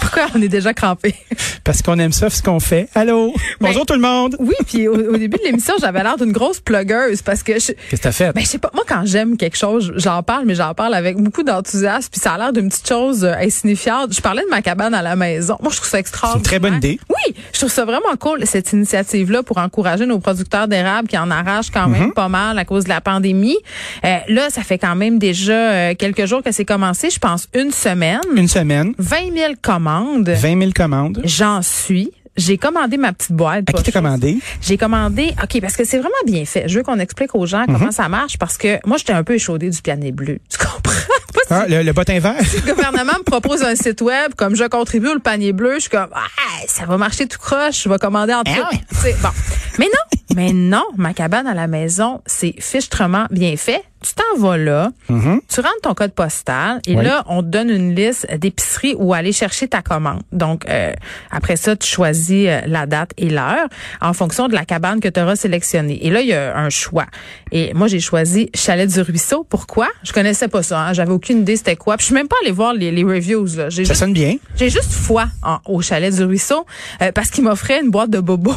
Pourquoi on est déjà crampé? Parce qu'on aime ça, ce qu'on fait. Allô? Bonjour Ben, tout le monde! Oui, puis au, au début de l'émission, j'avais l'air d'une grosse plugueuse parce que je, Qu'est-ce que t'as fait? ben, je sais pas, moi quand j'aime quelque chose, j'en parle, mais j'en parle avec beaucoup d'enthousiasme, puis ça a l'air d'une petite chose euh, insignifiante. Je parlais de ma cabane à la maison. Moi, je trouve ça extraordinaire. C'est une très bonne idée. Oui, je trouve ça vraiment cool, cette initiative-là, pour encourager nos producteurs d'érable qui en arrachent quand Mhm. même pas mal à cause de la pandémie. Euh, là, ça fait quand même déjà euh, quelques jours que c'est commencé, je pense une semaine. Une semaine, 20 000 commandes. 20 000 commandes. J'en suis. J'ai commandé ma petite boîte. À pas qui t'as chose. commandé? J'ai commandé, OK, parce que c'est vraiment bien fait. Je veux qu'on explique aux gens Mhm. comment ça marche parce que moi, j'étais un peu échaudée du planet bleu. Tu comprends? Moi, si Ah, le, le bottin vert? le gouvernement me propose un site web, comme je contribue au panier bleu, je suis comme, ah, ça va marcher tout croche, je vais commander en tout. Ah ouais. Tu sais, Bon. Mais non, mais non, ma cabane à la maison, c'est fichtrement bien fait. Tu t'en vas là, tu rentres ton code postal et Mm-hmm. Oui. là, on te donne une liste d'épiceries où aller chercher ta commande. Donc, euh, après ça, tu choisis euh, la date et l'heure en fonction de la cabane que tu auras sélectionnée. Et là, il y a un choix. Et moi, j'ai choisi Chalet du Ruisseau. Pourquoi? Je connaissais pas ça. hein. J'avais aucune idée c'était quoi. Puis, je suis même pas allée voir les, les reviews. là. J'ai Ça juste- sonne bien. j'ai juste foi en- au Chalet du Ruisseau euh, parce qu'il m'offrait une boîte de bobos.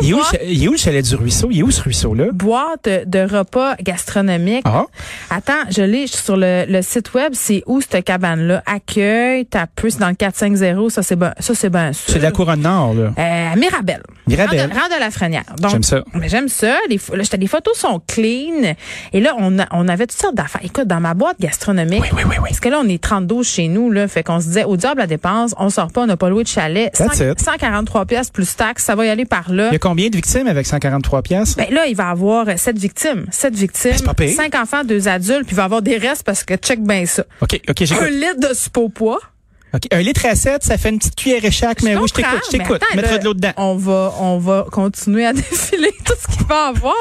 Il est, où, le cha- il est où le chalet du ruisseau? Il est où ce ruisseau-là? boîte de repas gastronomique. Ah. Attends, je l'ai je suis sur le, le site web. C'est où cette cabane-là? Accueil, t'as plus dans le 450. Ça, c'est ben, ça, c'est ben sûr. C'est de la couronne nord, là. Euh, à Mirabel. Mirabel. Rang de, Rang de la Frenière. Donc, J'aime ça. Mais j'aime ça. Les, pho- là, j'étais- les photos sont clean. Et là, on, a- on avait toutes sortes d'affaires. Écoute, dans ma boîte gastronomique. Oui, oui, oui, oui. Parce que là, on est 32 chez nous, là. Fait qu'on se disait, au diable la dépense, on sort pas, on n'a pas loué de chalet. That's Cent- it. 143 pièces plus taxes, ça va y aller par là. Il y a combien de victimes avec 143 pièces? Ben là, il va avoir euh, sept victimes. Sept victimes. c'est pas pire. Cinq enfants, deux adultes, puis il va avoir des restes parce que check bien ça. OK, OK, Un j'écoute. litre de soupe au poids. OK, Un litre à 7, ça fait une petite cuillère à chaque, mais oui, je t'écoute, je comprends, t'écoute. mais attends, Mettre là, de l'eau dedans. On va, on va continuer à défiler tout ce qu'il va avoir.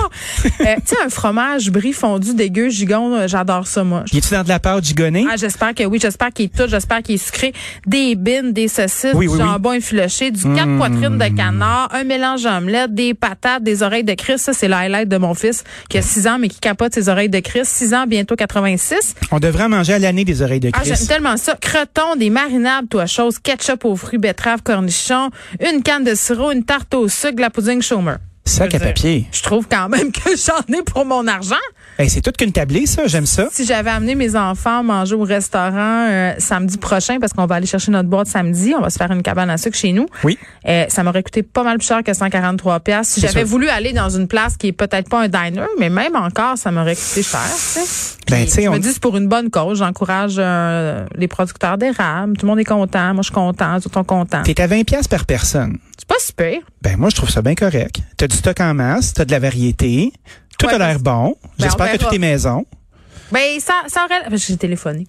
euh, tu sais, un fromage brie fondu dégueu, gigon, euh, j'adore ça, moi. Y est-tu dans de la pâte gigonnée? Ah, j'espère que oui, j'espère qu'il est tout, j'espère qu'il est sucré. Des bines, des saucisses, Oui, du oui, Mmh. oui. jambon effiloché, du quatre poitrines de canard, un mélange à omelette, des patates, des oreilles de Chris. Ça, c'est le highlight de mon fils Mmh. qui a 6 ans, mais qui capote ses oreilles de Chris. 6 ans, bientôt 86. On devrait manger à l'année des oreilles de Ah, j'aime Christ. tellement ça. Creton, des marinades, toi, chose, ketchup aux fruits, betterave, cornichons, une canne de sirop, une tarte au sucre, de la pudding chômeur. Sac à papier. Je trouve quand même que j'en ai pour mon argent. Hey, c'est toute qu'une tablée, ça. J'aime ça. Si j'avais amené mes enfants manger au restaurant euh, samedi prochain, parce qu'on va aller chercher notre boîte samedi, on va se faire une cabane à sucre chez nous, Oui. euh, ça m'aurait coûté pas mal plus cher que 143 pièces. Si C'est j'avais sûr. voulu aller dans une place qui est peut-être pas un diner, mais même encore, ça m'aurait coûté cher. tu sais. Ben, Puis tu sais, je on- me dis c'est pour une bonne cause. J'encourage euh, les producteurs d'érable. Tout le monde est content. Moi, je suis content. Tout le monde est content. T'es à 20 pièces par personne. C'est pas super. Ben moi, je trouve ça bien correct. T'as du stock en masse, t'as de la variété, tout Ouais, ben, a l'air bon. on J'espère que verra. tout est maison. Ben, ça, ça aurait... J'ai téléphoné.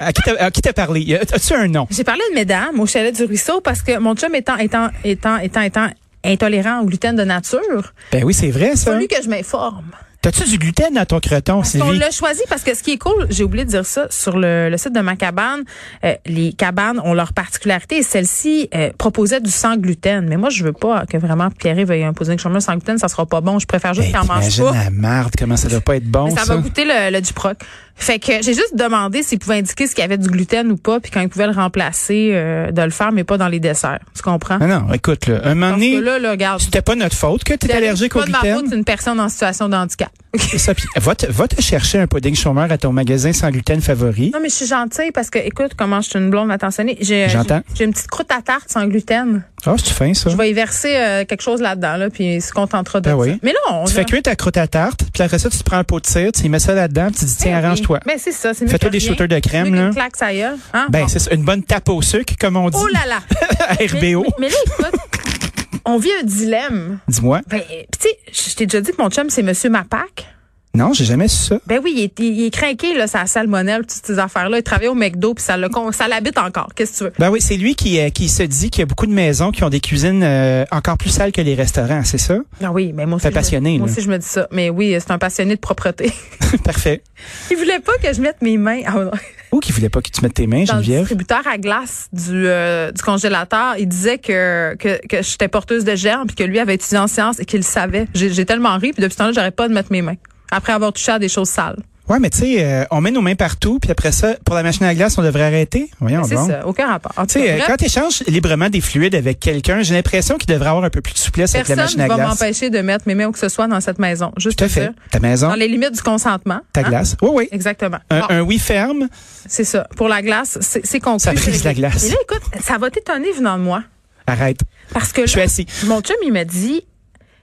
À qui t'as à qui t'as parlé? Y a- As-tu un nom? J'ai parlé de mesdames au chalet du ruisseau parce que mon chum étant étant étant étant étant intolérant au gluten de nature, Ben oui, c'est vrai, il a ça. fallu que je m'informe. T'as-tu du gluten dans ton creton, On Sylvie? l'a choisi parce que ce qui est cool, j'ai oublié de dire ça, sur le, le site de ma cabane, euh, les cabanes ont leur particularité et celle-ci euh, proposait du sans gluten. Mais moi, je veux pas que vraiment Pierre veuille imposer une chômeur sans gluten, ça sera pas bon. Je préfère juste Ben, qu'il en mange t'imagines pas. la marde, comment ça doit pas être Mais bon, ça, ça. va goûter le, le Duproc. Fait que j'ai juste demandé s'ils pouvaient indiquer s'il y avait du gluten ou pas, puis quand ils pouvaient le remplacer, euh, de le faire, mais pas dans les desserts. Tu comprends? Non, non, écoute, là, un moment Parce que donné, là, là, regarde. c'était pas notre faute que t'es C'est allergique au pas de ma faute, gluten. c'est une personne en situation de handicap. C'est ça, puis va, te, va te chercher un pudding chômeur à ton magasin sans gluten favori. Non, mais je suis gentille parce que, écoute, comment je suis une blonde attentionnée. J'ai, euh, J'entends. j'ai- j'ai une petite croûte à tarte sans gluten. Ah, c'est fin, ça. Je vais y verser euh, quelque chose là-dedans, là, puis il se contentera de Ben ça. oui. Mais là, on. Tu a- fais cuire ta croûte à tarte, puis après ça, tu te prends un pot de cire, tu y mets ça là-dedans, puis tu dis, tiens, Ben oui. arrange-toi. Ben, c'est ça, c'est mieux Fais-toi que des rien. shooters de crème, Mieux qu'une là. claque, ça y est. Hein? Ben, Bon. c'est ça, une bonne tape au sucre, comme on dit Oh là là! à Mais, RBO. mais- mais là, écoute, on vit un dilemme. Dis-moi. Ben, euh, pis tu sais, je t'ai déjà dit que mon chum, c'est Monsieur Mapac. Non, j'ai jamais su ça. Ben oui, il est, il est craqué, là, sa salmonelle, toutes ces affaires-là. Il travaille au McDo, puis ça le con- ça l'habite encore. Qu'est-ce que tu veux? Ben oui, c'est lui qui, euh, qui se dit qu'il y a beaucoup de maisons qui ont des cuisines euh, encore plus sales que les restaurants, c'est ça? Ah oui, mais moi aussi. T'es je me- passionné, Moi là. aussi, je me dis ça. Mais oui, c'est un passionné de propreté. Parfait. il voulait pas que je mette mes mains ah, non, Ou qui voulait pas que tu mettes tes mains, dans le Geneviève? distributeur à glace du, euh, du congélateur. Il disait que, que, que j'étais porteuse de germes, puis que lui avait étudié en sciences et qu'il le savait. J'ai j'ai tellement ri, puis depuis ce temps-là, j'arrête pas de mettre mes mains. Après avoir touché à des choses sales. Ouais, mais tu sais, euh, on met nos mains partout, puis après ça, pour la machine à glace, on devrait arrêter. Voyons C'est donc. ça, aucun rapport. En tout Ah Tu sais, cas, euh, bref, quand tu échanges librement des fluides avec quelqu'un, j'ai l'impression qu'il devrait avoir un peu plus de souplesse avec la personne machine à ne va glace. m'empêcher de mettre mes mains où que ce soit dans cette maison. Juste Tout à pour fait. dire, Ta maison, Dans les limites du consentement. ta hein? glace. Oui, oui. Exactement. Un, Bon. un oui ferme. C'est ça. Pour la glace, c'est c'est conclu. Ça brise C'est réglé. la glace. Et là, écoute, ça va t'étonner venant de moi. Arrête. Parce que Je suis là, assis. mon chum, il m'a dit,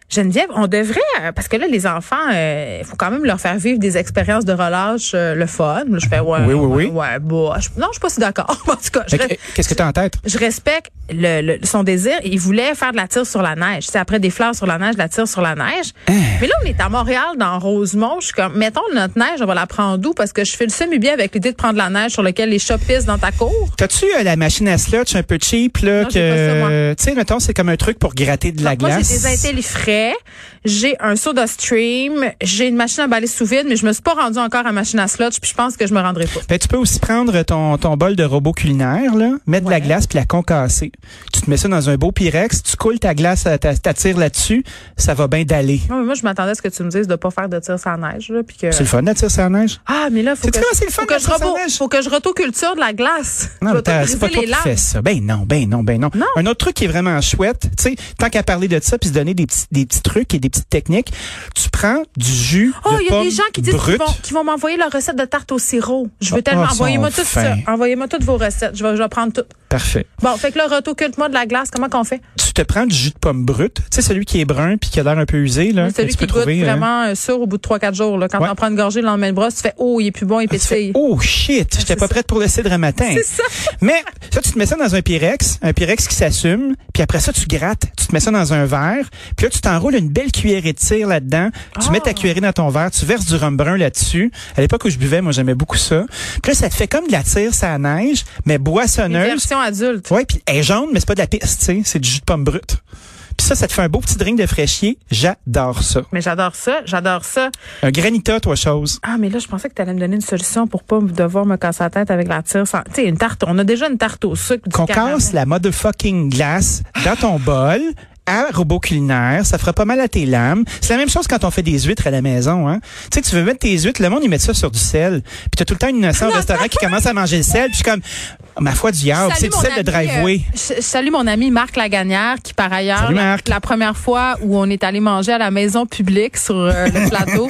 Geneviève, on devrait, euh, parce que là, les enfants, euh, il faut quand même leur faire vivre des expériences de relâche, euh, le fun. Là, je fais, ouais, Oui, oui, ouais, oui. ouais, bah, je- non, je suis pas si d'accord. en tout cas, je, Fait que, reste- euh, Qu'est-ce que tu as en tête? je respecte le, le- son désir. Il voulait faire de la tire sur la neige. C'est après des fleurs sur la neige, de la tire sur la neige. Hein? Mais là, on est à Montréal, dans Rosemont. Je suis comme, mettons notre neige, on va la prendre d'où? Parce que je fais le semi bien avec l'idée de prendre la neige sur laquelle les chats pissent dans ta cour. T'as-tu euh, la machine à slotch un peu cheap, là, Non, j'ai pas ça, moi. que, tu sais, mettons, c'est comme un truc pour gratter de la Donc, Moi, glace? j'ai des intels frais, j'ai un soda stream, j'ai une machine à balayer sous vide, mais je me suis pas rendue encore à machine à slotch, puis je pense que je me rendrai pas. Ben, tu peux aussi prendre ton, ton bol de robot culinaire, là, mettre Ouais. de la glace puis la concasser. Tu te mets ça dans un beau pyrex, tu coules ta glace, euh, t'a- t'attires là-dessus, ça va bien d'aller. Non, mais moi, je m'attendais à ce que tu me dises de pas faire de tir sans neige, là, puis que. C'est le fun d'attirer ça en neige? Ah, mais là, faut que, Sais-tu comment c'est le fun faut que de je faire sans rebo- neige? faut que je rotoculture de la glace. Je Non, mais vais te t'as- c'est pas briser toi les qui fais lames. ça. Ben non, ben non, ben non. Non. Un autre truc qui est vraiment chouette, tu sais, tant qu'à parler de ça puis se donner des petits, des petits trucs et des petites techniques, tu prends du jus Oh, de il y a pomme des gens qui disent qu'ils brut. vont, qu'ils vont m'envoyer leur recette de tarte au sirop. Je veux Ah, tellement. ah, ils sont Envoyez-moi tout ça. fins. Envoyez-moi toutes vos recettes. Je vais, je vais prendre tout. Parfait. Bon, fait que là, rotoculte-moi de la glace. Comment qu'on fait? Tu te prends du jus de pomme brute, tu sais, celui qui est brun puis qui a l'air un peu usé, là. que celui tu qui peux goûte trouver, euh, vraiment euh, sûr au bout de 3-4 jours. Là, quand Ouais. on prend une gorgée le lendemain de bras, tu fais Oh, il est plus bon, il Tu fais, pétille. oh shit, j'étais c'est pas ça. prête pour le cidre à matin. C'est ça. Mais ça, tu te mets ça dans un pyrex, un pyrex qui s'assume, puis après ça, tu grattes, tu te mets ça dans un verre, puis là, tu t'enroules une belle cuillerée de cire là-dedans, tu mets Ah. ta cuillerée dans ton verre, tu verses du rhum brun là-dessus. À l'époque où je buvais, moi, j'aimais beaucoup ça. Puis là, ça te fait comme de la cire, ça neige, mais Une boissonneuse. version adulte. Ouais, puis elle est jaune, mais c'est pas de la piste, tu sais, c'est du jus de pomme brute. Puis ça, ça te fait un beau petit drink de fraîchier. J'adore ça. Mais j'adore ça, j'adore ça. Un granita, toi, chose. Ah, mais là, je pensais que tu allais me donner une solution pour pas me- devoir me casser la tête avec la tire. Sans... Tu sais, une tarte, on a déjà une tarte au sucre. du qu'on caramel. casse la motherfucking glace dans ton bol à robot culinaire, ça fera pas mal à tes lames. C'est la même chose quand on fait des huîtres à la maison, hein. Tu sais, tu veux mettre tes huîtres, le monde, ils mettent ça sur du sel. Puis t'as tout le temps une innocent au restaurant qui commence à manger le sel, puis je suis comme, oh, ma foi du Je diable, salue c'est du mon sel de ami, driveway. euh, je, je salue mon ami Marc Lagagnère qui, par ailleurs, Salut, la, Marc. la première fois où on est allé manger à la maison publique sur euh, le plateau,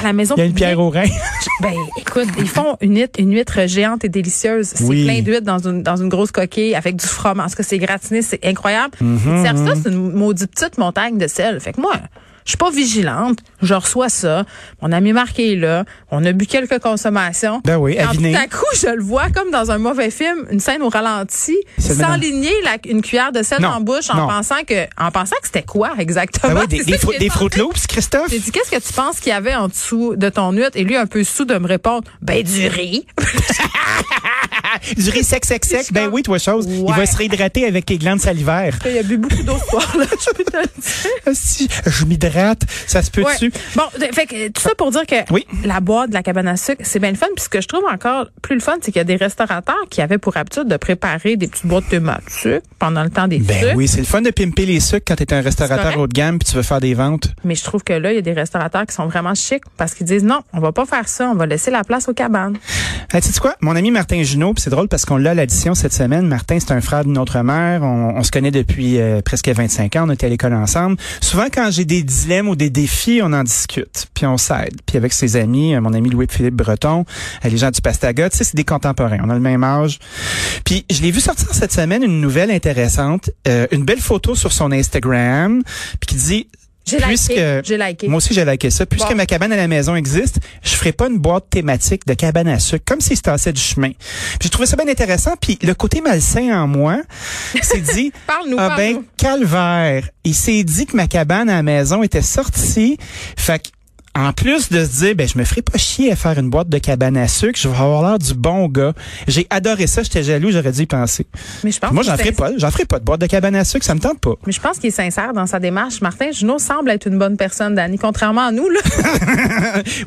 à la maison Il y a une publique, pierre au rein. Ben, écoute, ils font une huître, une huître géante et délicieuse. C'est Oui. plein d'huîtres dans une, dans une grosse coquille avec du fromage. En tout cas, c'est gratiné, c'est incroyable. Mhm, Ils servent ça, c'est une maudite petite montagne de sel. Fait que moi, je suis pas vigilante. Je reçois ça. Mon ami Marqué est là. On a bu quelques consommations. Ben oui, Et en aviné. tout à coup, je le vois comme dans un mauvais film, une scène au ralenti, C'est le s'enligner la- une cuillère de sel Non, en bouche en non. pensant que, en pensant que c'était quoi exactement? Ben ouais, des, C'est des, ça que fru- j'ai des pensé. Fruit Loops, Christophe. J'ai dit, qu'est-ce que tu penses qu'il y avait en dessous de ton huître? Et lui, un peu sous, de me répondre, ben, du riz. Du riz sec, sec, sec. Ben oui, toi, chose. Il Ouais. va se réhydrater avec tes glandes salivaires. Ah, Il a bu beaucoup d'eau ce soir-là, je peux te le dire. Si je m'hydrate, ça se Ouais. peut-tu? Bon, de- fait que, euh, tout ça pour dire que Oui. la boîte de la cabane à sucre, c'est bien le fun. Puis ce que je trouve encore plus le fun, c'est qu'il y a des restaurateurs qui avaient pour habitude de préparer des petites boîtes de mâts de sucre pendant le temps des Ben sucres. oui, c'est le fun de pimper les sucres quand t'es C'est un correct. restaurateur haut de gamme puis tu veux faire des ventes. Mais je trouve que là, il y a des restaurateurs qui sont vraiment chics parce qu'ils disent non, on va pas faire ça, on va laisser la place aux cabanes. Hey, tu sais quoi? Mon ami Martin Junot, puis c'est drôle parce qu'on l'a à l'addition cette semaine. Martin, c'est un frère d'une autre mère. On, on se connaît depuis euh, presque 25 ans. On était à l'école ensemble. Souvent, quand j'ai des dilemmes ou des défis, on en discute, puis on s'aide. Puis avec ses amis, euh, mon ami Louis-Philippe Breton, euh, les gens du Pastaga, tu sais, c'est des contemporains. On a le même âge. Puis je l'ai vu sortir cette semaine une nouvelle intéressante, euh, une belle photo sur son Instagram, puis qui dit... J'ai Puisque- liké. J'ai liké. Moi aussi, j'ai liké ça. Puisque Bon. ma cabane à la maison existe, je ferai pas une boîte thématique de cabane à sucre, comme si c'était en fait du chemin. Puis J'ai trouvé ça bien intéressant. Puis le côté malsain en moi s'est dit, Parle-nous, ah ben, parle-nous. calvaire. Il s'est dit que ma cabane à la maison était sortie. Fait que, en plus de se dire, ben, je me ferai pas chier à faire une boîte de cabane à sucre, je vais avoir l'air du bon gars. J'ai adoré ça, j'étais jaloux, j'aurais dû y penser. Mais je pense Moi, que j'en c'est- ferai pas, j'en ferai pas de boîte de cabane à sucre, ça me tente pas. Mais je pense qu'il est sincère dans sa démarche. Martin Junot semble être une bonne personne, Dani, contrairement à nous. Là.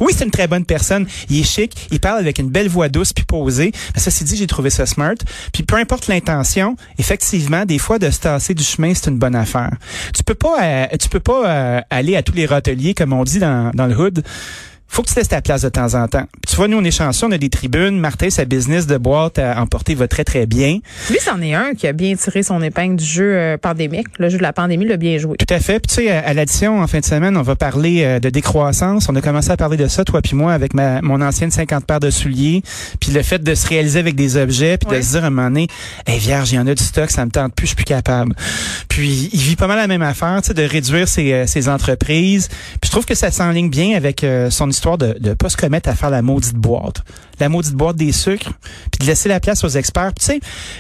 Oui, c'est une très bonne personne. Il est chic. Il parle avec une belle voix douce puis posée. Mais ça, c'est dit, j'ai trouvé ça smart. Puis peu importe l'intention, effectivement, des fois, de se tasser du chemin, c'est une bonne affaire. Tu peux pas, euh, tu peux pas euh, aller à tous les râteliers, comme on dit dans, dans le hood. Faut que tu laisses ta place de temps en temps. Puis tu vois, nous, on est chanceux, on a des tribunes. Martin, sa business de boîte à emporter va très, très bien. Lui, c'en est un qui a bien tiré son épingle du jeu euh, pandémique. Le jeu de la pandémie l'a bien joué. Tout à fait. Puis tu sais, à, à l'addition, en fin de semaine, on va parler euh, de décroissance. On a commencé à parler de ça, toi puis moi, avec ma, mon ancienne 50 paires de souliers. Puis le fait de se réaliser avec des objets, puis Ouais. de se dire à un moment donné, hey, vierge, il y en a du stock, ça me tente plus, je suis plus capable. Puis il vit pas mal la même affaire, tu sais, de réduire ses, euh, ses entreprises. Puis je trouve que ça s'enligne bien avec euh, son histoire de ne pas se commettre à faire la maudite boîte. La maudite boîte des sucres, puis de laisser la place aux experts. Puis tu sais,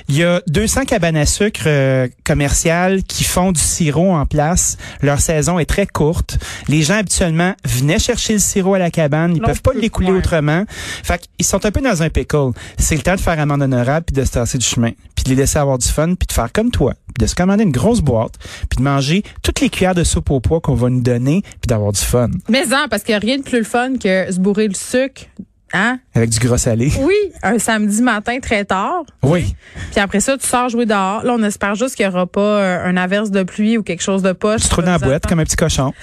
il y a 200 cabanes à sucre euh, commerciales qui font du sirop en place. Leur saison est très courte. Les gens habituellement venaient chercher le sirop à la cabane, ils Non, peuvent pas plus, l'écouler ouais. autrement. Fait qu'ils sont un peu dans un pickle. C'est le temps de faire amende honorable puis de se tasser du chemin, puis de les laisser avoir du fun, puis de faire comme toi, puis de se commander une grosse boîte, puis de manger toutes les cuillères de soupe au poids qu'on va nous donner, puis d'avoir du fun Mais non, parce qu'il n'y a rien de plus le fun que se bourrer le sucre. Hein? avec du gros salé. Oui, un samedi matin très tard. Oui. Puis après ça, tu sors jouer dehors. Là, on espère juste qu'il n'y aura pas euh, un averse de pluie ou quelque chose de poche. Tu te trouves dans la boîte comme un petit cochon.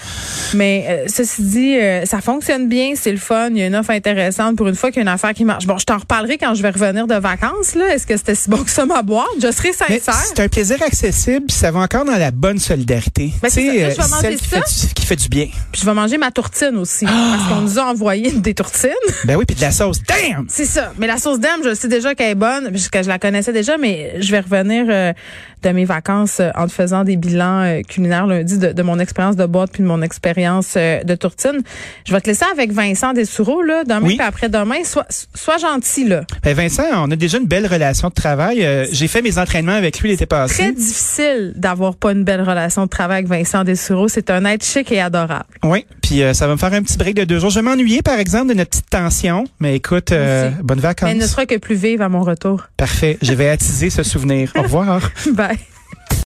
Mais euh, ceci dit, euh, ça fonctionne bien, c'est le fun. Il y a une offre intéressante pour une fois qu'il y a une affaire qui marche. Bon, je t'en reparlerai quand je vais revenir de vacances. là. Est-ce que c'était si bon que ça ma boîte? Je serai Mais sincère. c'est un plaisir accessible, puis ça va encore dans la bonne solidarité. Mais Tu Ben, c'est ça, sais, je vais euh, manger celle qui fait, du, qui fait du bien. Puis je vais manger ma tourtine aussi. Ah! Parce qu'on nous a envoyé des tourtines. Ben oui, puis de la sauce. Damn! C'est ça. Mais la sauce d'âme, je sais déjà qu'elle est bonne, puisque je la connaissais déjà, mais je vais revenir euh, de mes vacances euh, en te faisant des bilans euh, culinaires lundi de, de mon expérience de boîte puis de mon expérience euh, de tourtine. Je vais te laisser avec Vincent Dessoureau, là, demain Oui. puis après-demain. Sois, sois gentil, là. Ben Vincent, on a déjà une belle relation de travail. Euh, J'ai fait mes entraînements avec lui l'été passé. Très difficile d'avoir pas une belle relation de travail avec Vincent Dessoureau. C'est un être chic et adorable. Oui, puis euh, ça va me faire un petit break de deux jours. Je vais m'ennuyer, par exemple, de notre petite tension. Mais écoute, euh, Elle bonnes ne vacances. sera que plus vive à mon retour. Parfait, je vais attiser ce souvenir. Au revoir. Bye.